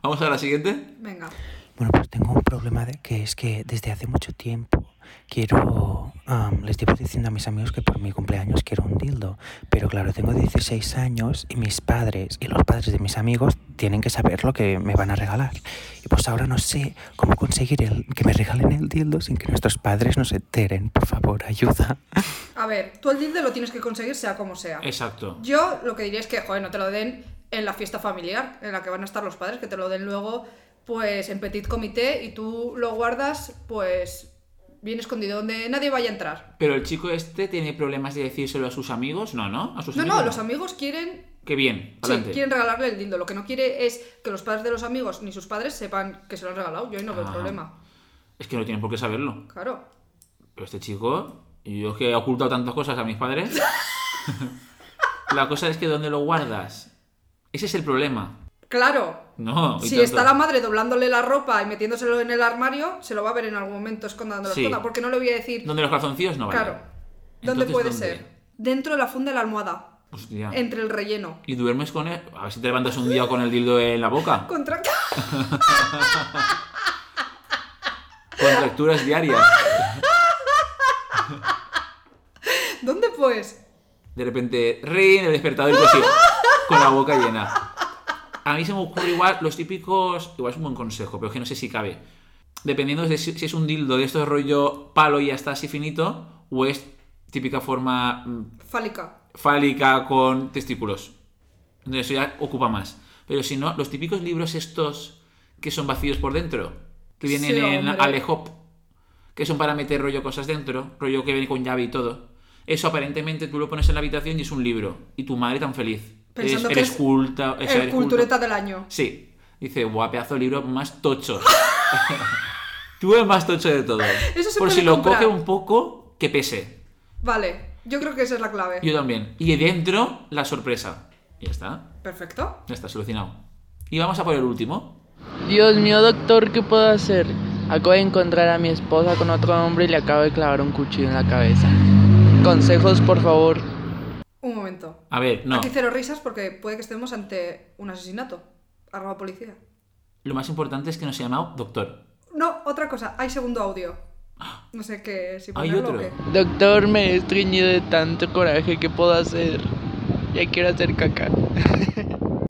Speaker 3: Vamos a la siguiente.
Speaker 2: Venga.
Speaker 6: Bueno, pues tengo un problema de- que es que desde hace mucho tiempo quiero. am, les llevo diciendo a mis amigos que por mi cumpleaños quiero un dildo. Pero claro, tengo 16 años y mis padres y los padres de mis amigos tienen que saber lo que me van a regalar. Y pues ahora no sé cómo conseguir el, que me regalen el dildo sin que nuestros padres nos enteren. Por favor, ayuda.
Speaker 2: A ver, tú el dildo lo tienes que conseguir sea como sea.
Speaker 3: Exacto.
Speaker 2: Yo lo que diría es que, joder, no te lo den en la fiesta familiar, en la que van a estar los padres, que te lo den luego, pues, en petit comité y tú lo guardas, pues, bien escondido, donde nadie vaya a entrar.
Speaker 3: Pero el chico este tiene problemas de decírselo a sus amigos. No, no. A sus
Speaker 2: No,
Speaker 3: amigos.
Speaker 2: no, los amigos quieren...
Speaker 3: Qué bien.
Speaker 2: Sí,
Speaker 3: Adelante.
Speaker 2: quieren regalarle el dildo. Lo que no quiere es que los padres de los amigos ni sus padres sepan que se lo han regalado. Yo ahí no veo
Speaker 3: Ah.
Speaker 2: problema.
Speaker 3: Es que no tienen por qué saberlo.
Speaker 2: Claro.
Speaker 3: Pero este chico, yo es que he ocultado tantas cosas a mis padres. la cosa es que ¿dónde lo guardas? Ese es el problema.
Speaker 2: Claro.
Speaker 3: No. y
Speaker 2: Si
Speaker 3: tanto.
Speaker 2: está la madre doblándole la ropa y metiéndoselo en el armario, se lo va a ver en algún momento escondiendo las
Speaker 3: Sí.
Speaker 2: cosas, porque no le voy a decir,
Speaker 3: Donde los calzoncillos no valen.
Speaker 2: claro, ¿dónde
Speaker 3: Ah, Entonces,
Speaker 2: puede
Speaker 3: ¿dónde? Ah.
Speaker 2: ser? Dentro de la funda de la almohada,
Speaker 3: Hostia.
Speaker 2: entre el relleno.
Speaker 3: Pues Y duermes con él. A ver si te levantas un día con el dildo en la boca.
Speaker 2: Contra...
Speaker 3: Con lecturas diarias.
Speaker 2: ¿Dónde pues?
Speaker 3: De repente, ring, el despertador y así, con la boca llena. A mí se me ocurre igual los típicos. Igual es un buen consejo, pero es que no sé si cabe. Dependiendo de si, si es un dildo de estos rollo palo y ya está así finito, o es típica forma mm,
Speaker 2: Fálica.
Speaker 3: fálica con testículos. Entonces eso ya ocupa más. Pero si no, los típicos libros estos que son vacíos por dentro, que vienen
Speaker 2: Sí,
Speaker 3: en
Speaker 2: hombre.
Speaker 3: Alehop, que son para meter rollo cosas dentro, rollo que viene con llave y todo. Eso aparentemente tú lo pones en la habitación y es un libro. Y tu madre tan feliz.
Speaker 2: Pensando
Speaker 3: eres,
Speaker 2: que
Speaker 3: eres
Speaker 2: es
Speaker 3: culta. eso,
Speaker 2: el
Speaker 3: eres culto.
Speaker 2: cultureta del año.
Speaker 3: Sí. Dice, guau, pedazo de libro más tocho. tú el más tocho de todo.
Speaker 2: Eso se
Speaker 3: por
Speaker 2: puede
Speaker 3: si lo
Speaker 2: comprar.
Speaker 3: coge un poco, que pese.
Speaker 2: Vale, yo creo que esa es la clave.
Speaker 3: Yo también. Y dentro, la sorpresa. Ya está.
Speaker 2: Perfecto.
Speaker 3: Ya está, solucionado. Y vamos a por el último.
Speaker 7: Dios mío, doctor, ¿qué puedo hacer? Acabo de encontrar a mi esposa con otro hombre y le acabo de clavar un cuchillo en la cabeza. Consejos, por favor.
Speaker 2: Un momento.
Speaker 3: A ver, no.
Speaker 2: Aquí cero risas porque puede que estemos ante un asesinato. Arroba policía.
Speaker 3: Lo más importante es que nos ha llamado doctor.
Speaker 2: No, otra cosa. Hay segundo audio. No sé qué, si
Speaker 3: Hay
Speaker 2: ponerlo o
Speaker 3: otro.
Speaker 2: qué.
Speaker 7: Doctor, me he estreñido de tanto coraje, ¿qué puedo hacer? Ya quiero hacer caca.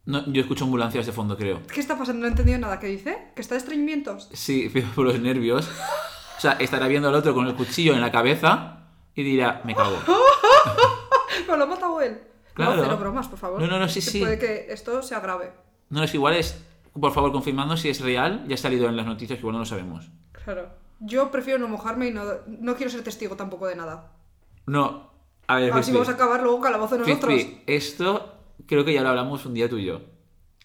Speaker 3: No, yo escucho ambulancias de fondo, creo.
Speaker 2: ¿Qué está pasando? No he entendido nada. ¿Qué dice? ¿Que está de estreñimientos?
Speaker 3: Sí, pero por los nervios. O sea, estará viendo al otro con el cuchillo en la cabeza y dirá, me cago.
Speaker 2: ¿Pero lo ha matado él?
Speaker 3: Claro.
Speaker 2: No, cero bromas, por favor.
Speaker 3: No, no, no, sí,
Speaker 2: Que
Speaker 3: sí.
Speaker 2: Puede que esto sea grave.
Speaker 3: No, es que igual es por favor, confirmadnos si es real. Ya ha salido en las noticias, que igual no lo sabemos.
Speaker 2: Claro. Yo prefiero no mojarme y no, no quiero ser testigo tampoco de nada.
Speaker 3: No, a ver,
Speaker 2: A ver si
Speaker 3: Eh, Fitbit.
Speaker 2: vamos a acabar luego calabozo nosotros.
Speaker 3: Fitbit, esto creo que ya lo hablamos un día tú y yo.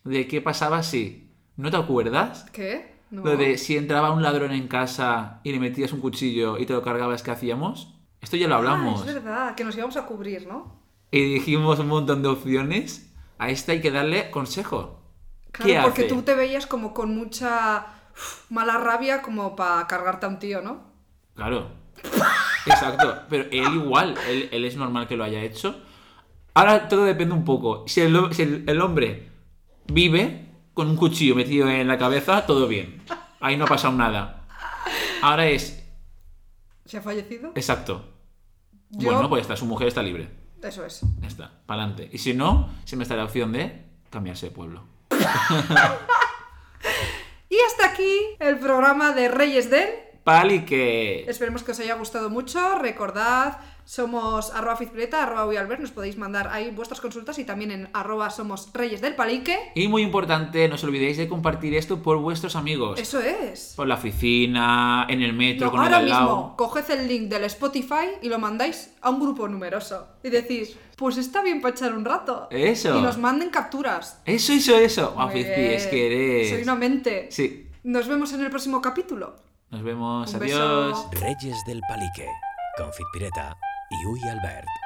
Speaker 3: De qué pasaba si. ¿No te acuerdas?
Speaker 2: ¿Qué? No.
Speaker 3: Lo de si entraba un ladrón en casa y le metías un cuchillo y te lo cargabas, ¿qué hacíamos? Esto ya lo hablamos.
Speaker 2: Ah, es verdad, que nos íbamos a cubrir, ¿no?
Speaker 3: y dijimos un montón de opciones. A esta hay que darle consejo.
Speaker 2: Claro,
Speaker 3: ¿Qué
Speaker 2: porque
Speaker 3: hace?
Speaker 2: tú te veías como con mucha uf, mala rabia como para cargarte a un tío, ¿no?
Speaker 3: Claro. Exacto. Pero él igual, él, él es normal que lo haya hecho. Ahora todo depende un poco. Si el, ho- si el- el hombre vive con un cuchillo metido en la cabeza, todo bien. Ahí no ha pasado nada. Ahora es...
Speaker 2: ¿Se ha fallecido?
Speaker 3: Exacto.
Speaker 2: Yo-
Speaker 3: Eh, Bueno, pues está, su mujer está libre.
Speaker 2: Eso es.
Speaker 3: Ya está, para adelante. Y si no, siempre está la opción de cambiarse de pueblo.
Speaker 2: Y hasta aquí el programa de Reyes del...
Speaker 3: Pali que...
Speaker 2: Esperemos que os haya gustado mucho. Recordad, somos arroba fizpireta, arroba uialbert. Nos podéis mandar ahí vuestras consultas y también en arroba somos reyes del palique.
Speaker 3: Y muy importante, no os olvidéis de compartir esto por vuestros amigos.
Speaker 2: Eso es.
Speaker 3: Por la oficina, en Pues el metro,
Speaker 2: No,
Speaker 3: con el de
Speaker 2: ahora
Speaker 3: al lado.
Speaker 2: mismo coged el link del Spotify y lo mandáis a un grupo numeroso. Y decís, pues está bien para echar un rato.
Speaker 3: Eso.
Speaker 2: Y nos manden capturas.
Speaker 3: Eso, eso, eso. Guau,
Speaker 2: Muy
Speaker 3: Fizpi,
Speaker 2: bien.
Speaker 3: es que eres.
Speaker 2: Soy una mente.
Speaker 3: Sí.
Speaker 2: Nos vemos en el próximo capítulo.
Speaker 3: Nos vemos.
Speaker 2: Un beso.
Speaker 3: Adiós.
Speaker 4: Reyes del Palique, Confit Pireta y Uy Albert.